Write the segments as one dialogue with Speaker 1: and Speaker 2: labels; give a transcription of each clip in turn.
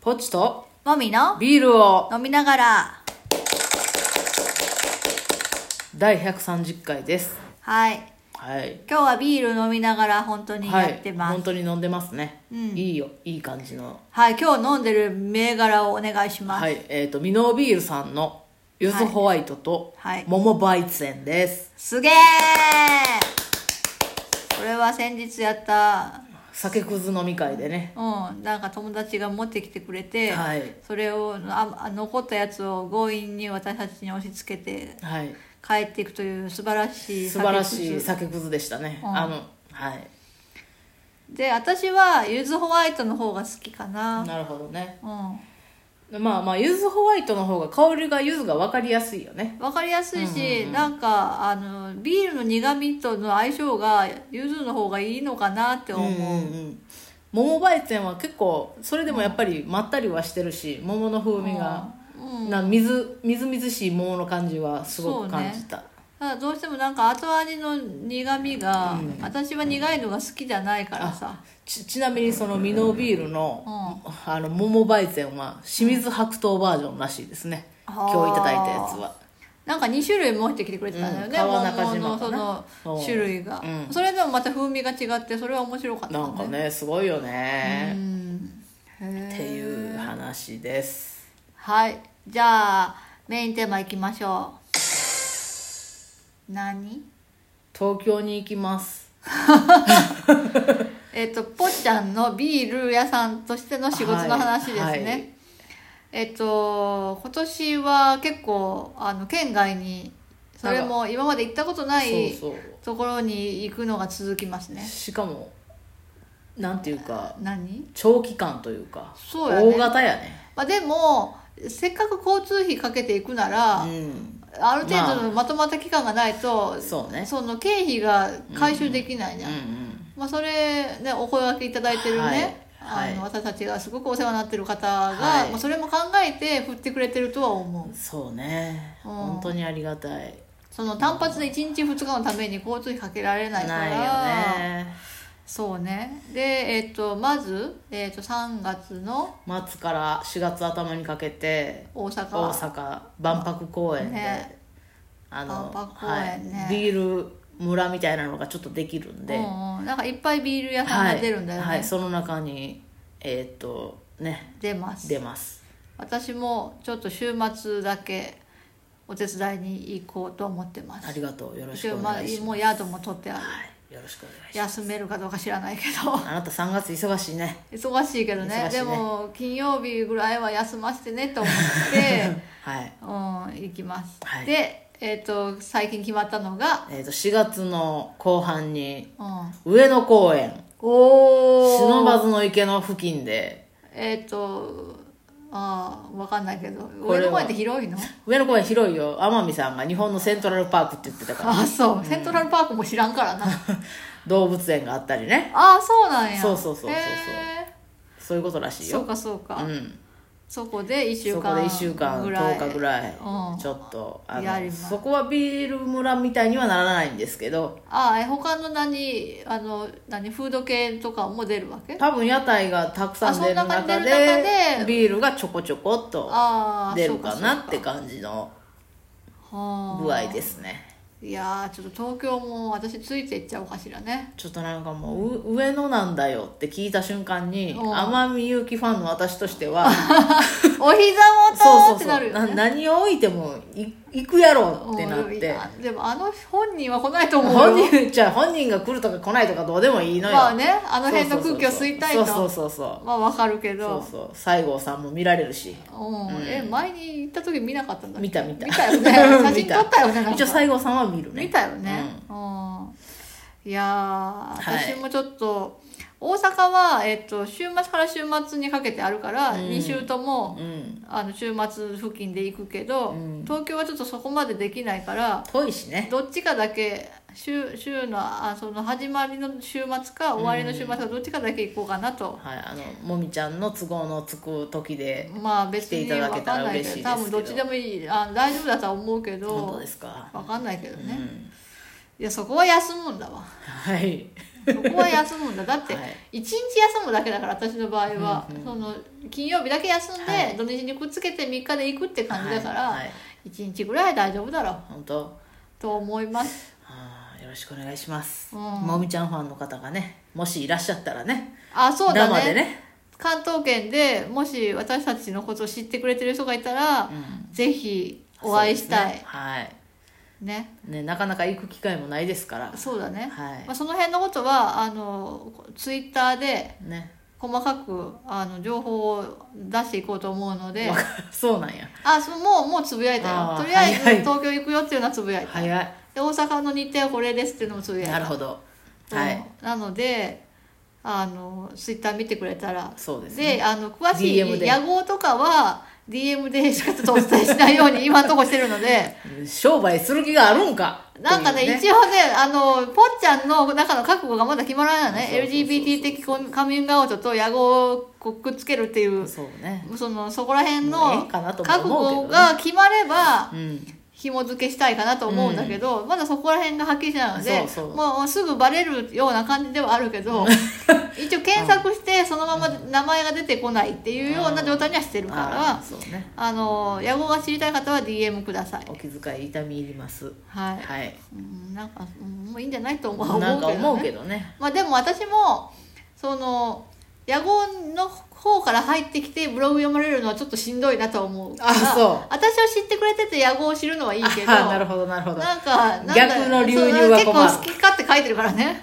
Speaker 1: ポチと
Speaker 2: もみの
Speaker 1: ビールを
Speaker 2: 飲みながら
Speaker 1: 第130回です
Speaker 2: はい
Speaker 1: はい
Speaker 2: 今日はビール飲みながら本当に
Speaker 1: は
Speaker 2: や
Speaker 1: い
Speaker 2: ってます
Speaker 1: 本当に飲んでますね、
Speaker 2: うん
Speaker 1: いいよいい感じの
Speaker 2: はい、今日飲んでる銘柄をお願いします、
Speaker 1: はいえっ、とミノービールさんのユズホワイトと
Speaker 2: はい
Speaker 1: 桃バイツ園です
Speaker 2: すげえこれは先日やった
Speaker 1: 酒くず飲み会でね
Speaker 2: うん、なんか友達が持ってきてくれて、
Speaker 1: はい
Speaker 2: それをああ残ったやつを強引に私たちに押し付けて
Speaker 1: はい
Speaker 2: 帰っていくという素晴らしい
Speaker 1: 素晴らし
Speaker 2: 酒
Speaker 1: い
Speaker 2: くず
Speaker 1: 酒くずでしたね、
Speaker 2: うん
Speaker 1: あのはい
Speaker 2: で私はユズホワイトの方が好きかな
Speaker 1: なるほどね
Speaker 2: う
Speaker 1: まあまあユズホワイトの方が香りがユズが分かりやすいよね
Speaker 2: ん、わかりやすいし、なんかあのビールの苦味との相性がゆずの方がいいのかなって思う、
Speaker 1: うんうんうん桃梅店は結構それでもやっぱりまったりはしてるし桃の風味が、なみずみずみずしい桃の感じはすごく感じた、
Speaker 2: ただどうしてもなんか後味の苦味が、私は苦いのが好きじゃないからさ
Speaker 1: ちちなみにそのミノービールの,、あの桃梅店は清水白桃バージョンらしいですね、
Speaker 2: うん
Speaker 1: 今日いただいたやつは
Speaker 2: なんか2種類持ってきてくれてたんだよね、
Speaker 1: うん
Speaker 2: 桃
Speaker 1: 川中島
Speaker 2: の
Speaker 1: か
Speaker 2: そ
Speaker 1: な
Speaker 2: の
Speaker 1: そう
Speaker 2: 種類が、
Speaker 1: うん
Speaker 2: それでもまた風味が違ってそれは面白かった
Speaker 1: なんかねすごいよ
Speaker 2: う
Speaker 1: ね、
Speaker 2: ん
Speaker 1: っ
Speaker 2: へえ
Speaker 1: ていう話です
Speaker 2: はいじゃあメインテーマいきましょう何
Speaker 1: 東京に行きます
Speaker 2: えっ、とぽっちゃんのビール屋さんとしての仕事の話ですね、
Speaker 1: はいはい
Speaker 2: えっ、と今年は結構あの県外にそれも今まで行ったことない
Speaker 1: そうそう
Speaker 2: ところに行くのが続きますね
Speaker 1: しかもなんていうか
Speaker 2: 何
Speaker 1: 長期間というか
Speaker 2: そうやね
Speaker 1: 大型やね
Speaker 2: まあ、でもせっかく交通費かけていくなら、
Speaker 1: うん
Speaker 2: ある程度のまとまった期間がないと、
Speaker 1: そうね
Speaker 2: その経費が回収できないじゃん、
Speaker 1: うん
Speaker 2: まあ、それ、ね、お声がけいただいてるね、
Speaker 1: はい
Speaker 2: あの
Speaker 1: は
Speaker 2: 私たちがすごくお世話になってる方が、
Speaker 1: はい
Speaker 2: まあ、それも考えて振ってくれてるとは思
Speaker 1: う
Speaker 2: うん
Speaker 1: そうね
Speaker 2: うん
Speaker 1: 本当にありがたい
Speaker 2: その単発で1日2日のために交通費かけられないから
Speaker 1: ないよね
Speaker 2: そうねで、えっとまず、えっと3月の
Speaker 1: 末から4月頭にかけて
Speaker 2: 大阪
Speaker 1: 大阪万博公園で、
Speaker 2: ね
Speaker 1: あの
Speaker 2: 万博公園ね
Speaker 1: はい、ビール村みたいなのがちょっとできるんで、
Speaker 2: うんうんなんかいっぱいビール屋さん
Speaker 1: は
Speaker 2: が
Speaker 1: い
Speaker 2: 出るんだよね、
Speaker 1: はい、その中にえーっとね
Speaker 2: 出ます
Speaker 1: 出ます
Speaker 2: 私もちょっと週末だけお手伝いに行こうと思ってま
Speaker 1: あ
Speaker 2: す
Speaker 1: りがとうよろし
Speaker 2: 一
Speaker 1: く
Speaker 2: 応
Speaker 1: お
Speaker 2: まあ
Speaker 1: 願いし
Speaker 2: も
Speaker 1: ま
Speaker 2: う
Speaker 1: す、
Speaker 2: 宿も取ってある
Speaker 1: はい、よろしくお願いします
Speaker 2: 休めるかどうか知らないけ ど
Speaker 1: あなた3月忙しいね
Speaker 2: 忙しいけどね
Speaker 1: 忙しいね
Speaker 2: でも金曜日ぐらいは休ませてねと 思って、
Speaker 1: はい
Speaker 2: うん、行きます、
Speaker 1: はい
Speaker 2: でえっ、と最近決まったのが、
Speaker 1: えー、と4月の後半に
Speaker 2: うん、
Speaker 1: 上野公園
Speaker 2: お
Speaker 1: 不忍ば
Speaker 2: ず
Speaker 1: ずの池の付近で
Speaker 2: えっ、とああ分かんないけど
Speaker 1: れは
Speaker 2: 上の方って広いの
Speaker 1: 上野公園広いよ天海さんが日本のセントラルパークって言ってたから
Speaker 2: ああそうセントラルパークも知らんからな
Speaker 1: 動物園があったりね
Speaker 2: ああそうなんや
Speaker 1: そうそうそうそうそう
Speaker 2: へえ
Speaker 1: そういうことらしい
Speaker 2: そ
Speaker 1: よ
Speaker 2: うかそうか、
Speaker 1: うん、
Speaker 2: そこで1週
Speaker 1: そ
Speaker 2: 間
Speaker 1: こで1週間
Speaker 2: ぐらい
Speaker 1: 10日ぐらい
Speaker 2: うん
Speaker 1: ちょっとあ
Speaker 2: やり
Speaker 1: の
Speaker 2: ます
Speaker 1: そこはビール村みたいにはならないんですけど
Speaker 2: ああえ他の何あの何フード系とかも出るわけ
Speaker 1: 多分屋台がたくさん出る
Speaker 2: あそんな
Speaker 1: 中
Speaker 2: 感
Speaker 1: で
Speaker 2: じ出る中で
Speaker 1: ビールがちょこちょこっと
Speaker 2: ああ
Speaker 1: 出るかなって
Speaker 2: か
Speaker 1: 感じの
Speaker 2: 具合
Speaker 1: 具合ですね
Speaker 2: いやーちょっと東京も私ついていっちゃおうかし らね
Speaker 1: ちょっとなんかもうう上野なんだよって聞いた瞬間に
Speaker 2: うん
Speaker 1: 天海祐希ファンの私としては
Speaker 2: お膝
Speaker 1: そう
Speaker 2: 元っ
Speaker 1: そう
Speaker 2: て
Speaker 1: そ
Speaker 2: な
Speaker 1: う
Speaker 2: る
Speaker 1: な
Speaker 2: よね
Speaker 1: 何を置いてもい行くやろってなっ
Speaker 2: うんい
Speaker 1: て
Speaker 2: やでもあの本人は来ないと思うよ
Speaker 1: 本人 じゃあ本人が来るとか来ないとかどうでもいいのよ、
Speaker 2: まあねあの辺の空気を吸いたいと
Speaker 1: そうそうそう
Speaker 2: まあわかる
Speaker 1: そ
Speaker 2: け
Speaker 1: うそう
Speaker 2: ど
Speaker 1: そう西郷さんも見られるし
Speaker 2: うんえ前に行った時見なかったんだっけ
Speaker 1: 見た 見た
Speaker 2: 見たよね写
Speaker 1: 見
Speaker 2: 真
Speaker 1: た
Speaker 2: 撮ったよねなんか
Speaker 1: 一応西郷さんは見るね
Speaker 2: 見たよね、うんいやー
Speaker 1: はい
Speaker 2: 私もちょっと、大阪は、えっと週末から週末にかけてあるから、
Speaker 1: ん
Speaker 2: 2週と
Speaker 1: う
Speaker 2: も
Speaker 1: ん、うん、
Speaker 2: あの週末付近で行くけど、
Speaker 1: うん
Speaker 2: 東京はちょっとそこまでできないから
Speaker 1: 遠いしね
Speaker 2: どっちかだけ週週のあその始まりの週末か終わりの週末かどっちかだけ行こうかなと、
Speaker 1: はいあのもみちゃんの都合のつく時で
Speaker 2: まあ別
Speaker 1: 来
Speaker 2: に
Speaker 1: ていただけ
Speaker 2: 分
Speaker 1: た
Speaker 2: からんない
Speaker 1: 嬉しい
Speaker 2: け
Speaker 1: ですけど
Speaker 2: ど多分どっちでもいいあ大丈夫だとは思うけ
Speaker 1: 本当
Speaker 2: ど
Speaker 1: ですか
Speaker 2: 分かんないけどね、
Speaker 1: うん
Speaker 2: いやそこは休むんだわ
Speaker 1: はい
Speaker 2: そこは休むんだだって
Speaker 1: はい
Speaker 2: 一日休むだけだから私の場合は、
Speaker 1: うんうん
Speaker 2: その金曜日だけ休んで、
Speaker 1: はい
Speaker 2: 土日にくっつけて3日で行くって感じだから、
Speaker 1: はいはい
Speaker 2: 1日ぐらい大丈夫だろう
Speaker 1: 本当
Speaker 2: と思います
Speaker 1: あーよろしくお願いします、
Speaker 2: うん
Speaker 1: もみちゃんファンの方がねもしいらっしゃったらね
Speaker 2: あそうだ
Speaker 1: 生
Speaker 2: ね
Speaker 1: でね、
Speaker 2: 関東圏でもし私たちのことを知ってくれてる人がいたら、
Speaker 1: うん
Speaker 2: ぜひお会いした
Speaker 1: そうですね
Speaker 2: い
Speaker 1: はい
Speaker 2: ね
Speaker 1: ねなかなか行く機会もないですから
Speaker 2: そうだね、
Speaker 1: はい
Speaker 2: まあ、その辺のことはあのツイッターで
Speaker 1: ね
Speaker 2: 細かくあの情報を出していこうと思うので
Speaker 1: わかそうなんや
Speaker 2: あそうもうもうつぶやいた
Speaker 1: あ
Speaker 2: よ
Speaker 1: ー
Speaker 2: とりあえず
Speaker 1: 早い
Speaker 2: 東京行くよっていうのはつぶやいた、
Speaker 1: 早い
Speaker 2: で大阪の日程はこれですっていうのもつぶやいた
Speaker 1: なるほどはい
Speaker 2: うんなのであのツイッター見てくれたら
Speaker 1: そうです
Speaker 2: で
Speaker 1: ね
Speaker 2: あの詳しい
Speaker 1: DM で
Speaker 2: 野号とかは DM でしかちょっとお伝えしないよ うに今のとこしてるので
Speaker 1: 商売する気があるんか
Speaker 2: なんか
Speaker 1: っ
Speaker 2: ね
Speaker 1: ていう
Speaker 2: 一応ねあのぽっちゃんの中の覚悟がまだ決まらな
Speaker 1: そ
Speaker 2: い
Speaker 1: うそう
Speaker 2: よ
Speaker 1: そう
Speaker 2: ね
Speaker 1: そう
Speaker 2: LGBT 的コミカミングアウトと野号をこうくっつけるっていう
Speaker 1: そうね
Speaker 2: そのそこら辺
Speaker 1: もうえ
Speaker 2: の
Speaker 1: えかなと
Speaker 2: 覚
Speaker 1: も思うけど
Speaker 2: 悟
Speaker 1: ね
Speaker 2: が決まれば
Speaker 1: うん
Speaker 2: 紐付けしたいかなと思うんだけど、まだそこら辺がはっきりしないので
Speaker 1: そうそう
Speaker 2: もうすぐバレるような感じではあるけど 一応検索してそのまま名前が出てこないっていうような状態にはしてるから。
Speaker 1: あーそうね
Speaker 2: あの野望が知りたい方は DM ください
Speaker 1: お気遣い痛み入ります
Speaker 2: はい、
Speaker 1: はい
Speaker 2: うん、なんか、うんもういいんじゃないと思う
Speaker 1: なんか思
Speaker 2: 思う
Speaker 1: う
Speaker 2: けど、
Speaker 1: けど
Speaker 2: ね、
Speaker 1: ね
Speaker 2: まあでも私もその野望の方から入ってきてブログ読まれるのはちょっとしんどいなとは思うから
Speaker 1: あそう
Speaker 2: 私を知ってくれてて野望を知るのはいいけど
Speaker 1: あなるほどなるほど
Speaker 2: なんかなんだ
Speaker 1: 逆の流入は困る
Speaker 2: そう結構好きかって書いてるか らね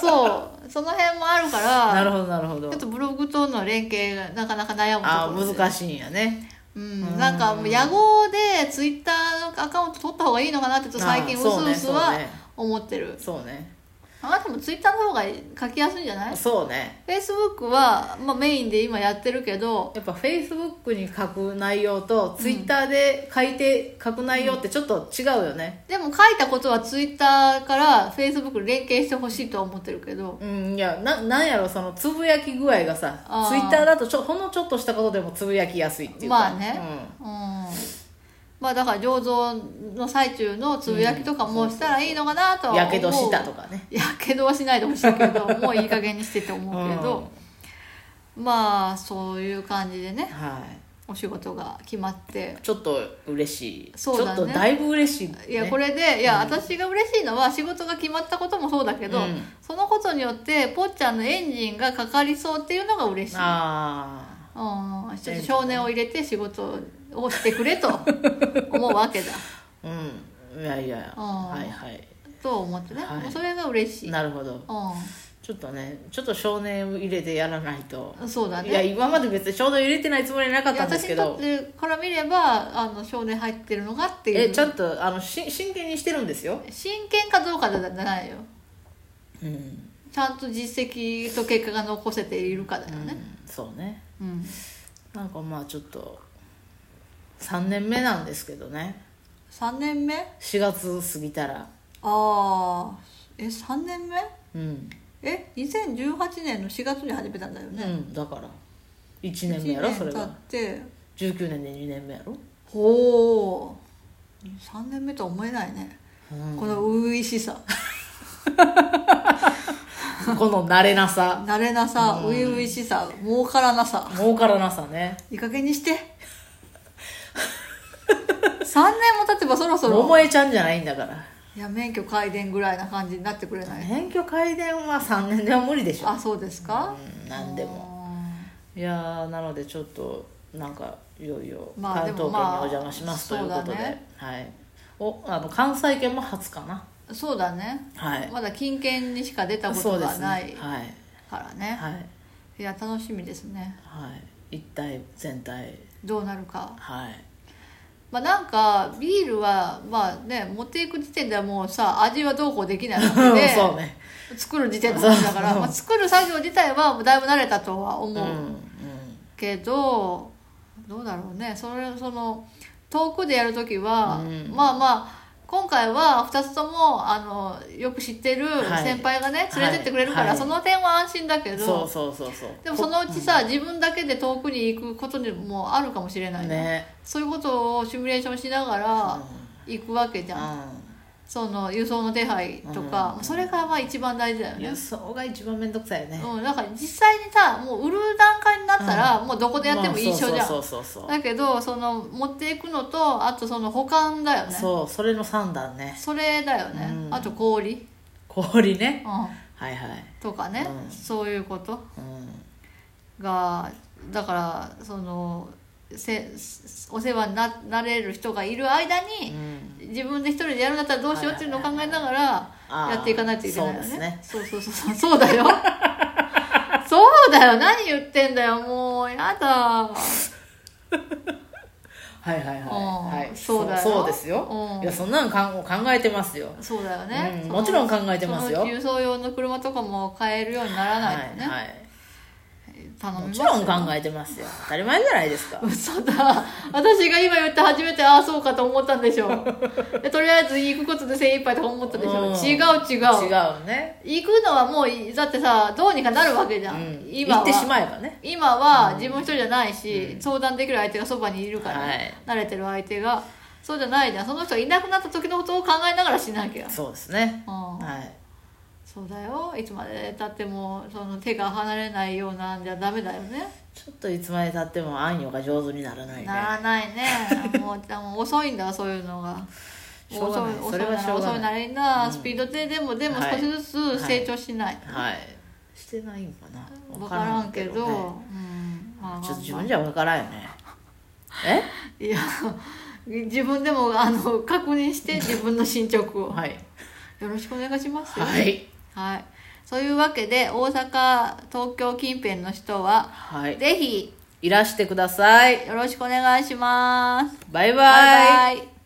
Speaker 2: そうその辺もあるから
Speaker 1: なるほどなるほど
Speaker 2: ちょっとブログとの連携がなかなか悩むと
Speaker 1: あ
Speaker 2: ころ
Speaker 1: ー難しいんやね
Speaker 2: うん、なんかもう野号でツイッターのアカウント取った方がいいのかなってちょっと最近
Speaker 1: あー
Speaker 2: うす
Speaker 1: そう
Speaker 2: う
Speaker 1: ね
Speaker 2: す
Speaker 1: そう
Speaker 2: は
Speaker 1: ね
Speaker 2: 思ってる
Speaker 1: そうね
Speaker 2: あなたもツイッターの方が書きやすいんじゃないフ
Speaker 1: そうね
Speaker 2: ェイスブックは、まあ、メインで今やってるけど
Speaker 1: やっぱフェイスブックに書く内容とツイッターで書いて書く内容ってちょっと違うよね
Speaker 2: でも書いたことはツイッターからフェイスブック連携してほしいとは思ってるけど
Speaker 1: うんいやななんやろそのつぶやき具合がさ
Speaker 2: あー
Speaker 1: ツイッターだとちょほんのちょっとしたことでもつぶやきやすいっていうか
Speaker 2: まあねうんまあだから醸造の最中のつぶやきとかもしたらいいのかなと
Speaker 1: うん
Speaker 2: は思う
Speaker 1: やけどしたとかね
Speaker 2: やけどはしないでほしいけどもういい加減にしてって思うけど、まあそういう感じでね
Speaker 1: は
Speaker 2: お仕事が決まって
Speaker 1: いちょっと嬉しい
Speaker 2: そうだね
Speaker 1: ちょっとだいぶ嬉しい、ね、
Speaker 2: いやこれでいや私が嬉しいのは仕事が決まったこともそうだけど、
Speaker 1: うん
Speaker 2: そのことによってぽっちゃんのエンジンがかかりそうっていうのが嬉しい、うん、
Speaker 1: あ
Speaker 2: ちょっと少年を入れて仕事をしてくれと思うわ けだ
Speaker 1: あうんいやいや
Speaker 2: うん
Speaker 1: はいはい
Speaker 2: と思ってね、
Speaker 1: はい
Speaker 2: もうそれが嬉しい、
Speaker 1: なるほどちょっとねちょっと少年を入れてやらないと
Speaker 2: うん、そうだね
Speaker 1: いや今まで別に少年入れてないつもりなかっ
Speaker 2: い
Speaker 1: た
Speaker 2: や
Speaker 1: んです
Speaker 2: 私
Speaker 1: け
Speaker 2: にとっ
Speaker 1: ど
Speaker 2: てから見ればあの少年入ってるのがってい
Speaker 1: え
Speaker 2: う
Speaker 1: ちゃんとあのし真剣にしてるんですよ、
Speaker 2: 真剣かどうかじゃないよ
Speaker 1: うん
Speaker 2: ちゃんと実績と結果が残せているかだよ
Speaker 1: うん
Speaker 2: ね、
Speaker 1: そうね
Speaker 2: うん
Speaker 1: なんかまあちょっと3年目なんですけどね
Speaker 2: 3年目
Speaker 1: 4月過ぎたら
Speaker 2: ああえ3年目
Speaker 1: うん、
Speaker 2: え2018年の4月に始めたんだよ
Speaker 1: う
Speaker 2: ね、
Speaker 1: ん、だから1年目やろそれ
Speaker 2: 経っ
Speaker 1: が
Speaker 2: て
Speaker 1: 19年で2年目やろ、
Speaker 2: ほう3年目とは思えないね、
Speaker 1: うん
Speaker 2: この初々しさ
Speaker 1: この慣れなさ
Speaker 2: 慣れなさ初々、しさ儲からなさ
Speaker 1: 儲からなさね
Speaker 2: いい加減にして3年も経てばそろそろ
Speaker 1: 桃江ちゃんじゃないんだから
Speaker 2: いや免許改伝ぐらいな感じになってくれない
Speaker 1: 免許改伝は3年では無理でしょ
Speaker 2: あそうですか、
Speaker 1: うん何でも
Speaker 2: う
Speaker 1: いやーなのでちょっとなんかいよいよ
Speaker 2: まあ
Speaker 1: 関東圏にお
Speaker 2: でもまあ
Speaker 1: 邪魔しますということで,、
Speaker 2: そうだね
Speaker 1: はい、おあの関西圏も初かな
Speaker 2: ーんそうだね
Speaker 1: はい
Speaker 2: まだ金券にしか出たこ
Speaker 1: そ
Speaker 2: と
Speaker 1: うで
Speaker 2: が
Speaker 1: すね
Speaker 2: ない
Speaker 1: はい
Speaker 2: からね
Speaker 1: はい
Speaker 2: いや楽しみですね
Speaker 1: はい一体全体
Speaker 2: どうなるか
Speaker 1: はい
Speaker 2: まあなんかビールはまあね持っていく時点ではもうさ味はどうこうできないわけで
Speaker 1: そうね
Speaker 2: 作る時点の話だから、
Speaker 1: そう
Speaker 2: まあ、作る作業自体はもうだいぶ慣れたとは
Speaker 1: う
Speaker 2: 思
Speaker 1: んう
Speaker 2: うんけどどうだろうねそれその遠くでやる時は、
Speaker 1: うん
Speaker 2: まあまあ今回は2つともあのよく知ってる
Speaker 1: はい
Speaker 2: 先輩がね、連れてってくれるから、
Speaker 1: はい
Speaker 2: その点は安心だけ
Speaker 1: そ
Speaker 2: ど
Speaker 1: うそうそうそう
Speaker 2: でもそのうちさ、自分だけで遠くに行くことにもあるかもしれない、
Speaker 1: ね
Speaker 2: そういうことをシミュレーションしなが
Speaker 1: う
Speaker 2: ら
Speaker 1: ん
Speaker 2: 行くわけじゃん、その輸送の手配とか、
Speaker 1: うん
Speaker 2: それがまあ一番大事だよね
Speaker 1: 輸送が一番面倒くさいよね、
Speaker 2: うん、だから実際にさもう売る段階になったら、もうどこでやっても一緒じゃん、
Speaker 1: まあそうそうそうそう
Speaker 2: だけどその持っていくのとあとその保管だよねそ
Speaker 1: そうそれの3段ね
Speaker 2: れだよね、
Speaker 1: うん
Speaker 2: あと氷、うん、
Speaker 1: 氷ねはいはい、
Speaker 2: とかね、
Speaker 1: うん
Speaker 2: そういうこと
Speaker 1: うん、
Speaker 2: がだからそのせお世話にななれる人がいる間に、
Speaker 1: うん
Speaker 2: 自分で一人でやるんだったらどうしようっていうのを考えながら
Speaker 1: あー
Speaker 2: やっていかないといけないよ
Speaker 1: そうです
Speaker 2: ね
Speaker 1: ね
Speaker 2: そうそうそうそう そうだよそうだよ何言ってんだよもうやだ
Speaker 1: はいはいはい、
Speaker 2: うん
Speaker 1: はい、
Speaker 2: そうだよ
Speaker 1: そうですよ、
Speaker 2: うん
Speaker 1: いやそんなのかん考えてますよ
Speaker 2: そうだよね、
Speaker 1: うん
Speaker 2: その
Speaker 1: もちろん考えてますよ
Speaker 2: その輸送用の車とかも買えるようにならないとね、
Speaker 1: はい
Speaker 2: 頼
Speaker 1: はい、も
Speaker 2: みます
Speaker 1: ち
Speaker 2: よ
Speaker 1: ろん考えてますよ当たり前じゃないですか
Speaker 2: 嘘だ私が今言って初めてああそうかと思ったんでしょうでとりあえず行くことで精一杯とか思ったでしょ
Speaker 1: うん
Speaker 2: 違う違う
Speaker 1: 違うね、
Speaker 2: 行くのはもういだってさどうにかなるわけじゃ、
Speaker 1: うんん、
Speaker 2: 今は
Speaker 1: 言ってしまえばね
Speaker 2: 今は自分一人じゃないし、相談できる相手がそばにいるから、
Speaker 1: はい
Speaker 2: 慣れてる相手がそうじゃないじゃんその人がいなくなった時のことを考えながらしなきゃ、うん、
Speaker 1: そうですねはい
Speaker 2: そうだよいつまでたってもその手が離れないようなんじゃダメだよね
Speaker 1: ちょっといつまでたってもあんよが上手にならないね
Speaker 2: ならない ねもうでも遅いんだそういうのが
Speaker 1: しょうがない
Speaker 2: 遅
Speaker 1: それはしょう
Speaker 2: 遅
Speaker 1: が
Speaker 2: い
Speaker 1: ない
Speaker 2: なりな、スピードででもでも
Speaker 1: はい
Speaker 2: 少しずつ成長しない、
Speaker 1: はいしてないんかな
Speaker 2: 分からんけど
Speaker 1: ね
Speaker 2: うんまあ
Speaker 1: ちょっと自分じゃ分からんよねえ
Speaker 2: いや自分でもあの確認して自分の進捗を
Speaker 1: はい
Speaker 2: よろしくお願いし ます
Speaker 1: はい
Speaker 2: はいそういうわけで大阪東京近辺の人は
Speaker 1: はい
Speaker 2: ぜひ
Speaker 1: いらしてください
Speaker 2: よろしくお願いします
Speaker 1: バイバイ
Speaker 2: バイバイ